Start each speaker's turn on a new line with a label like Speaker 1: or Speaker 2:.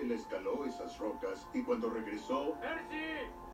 Speaker 1: Él escaló esas rocas y cuando regresó,
Speaker 2: ¡Percy!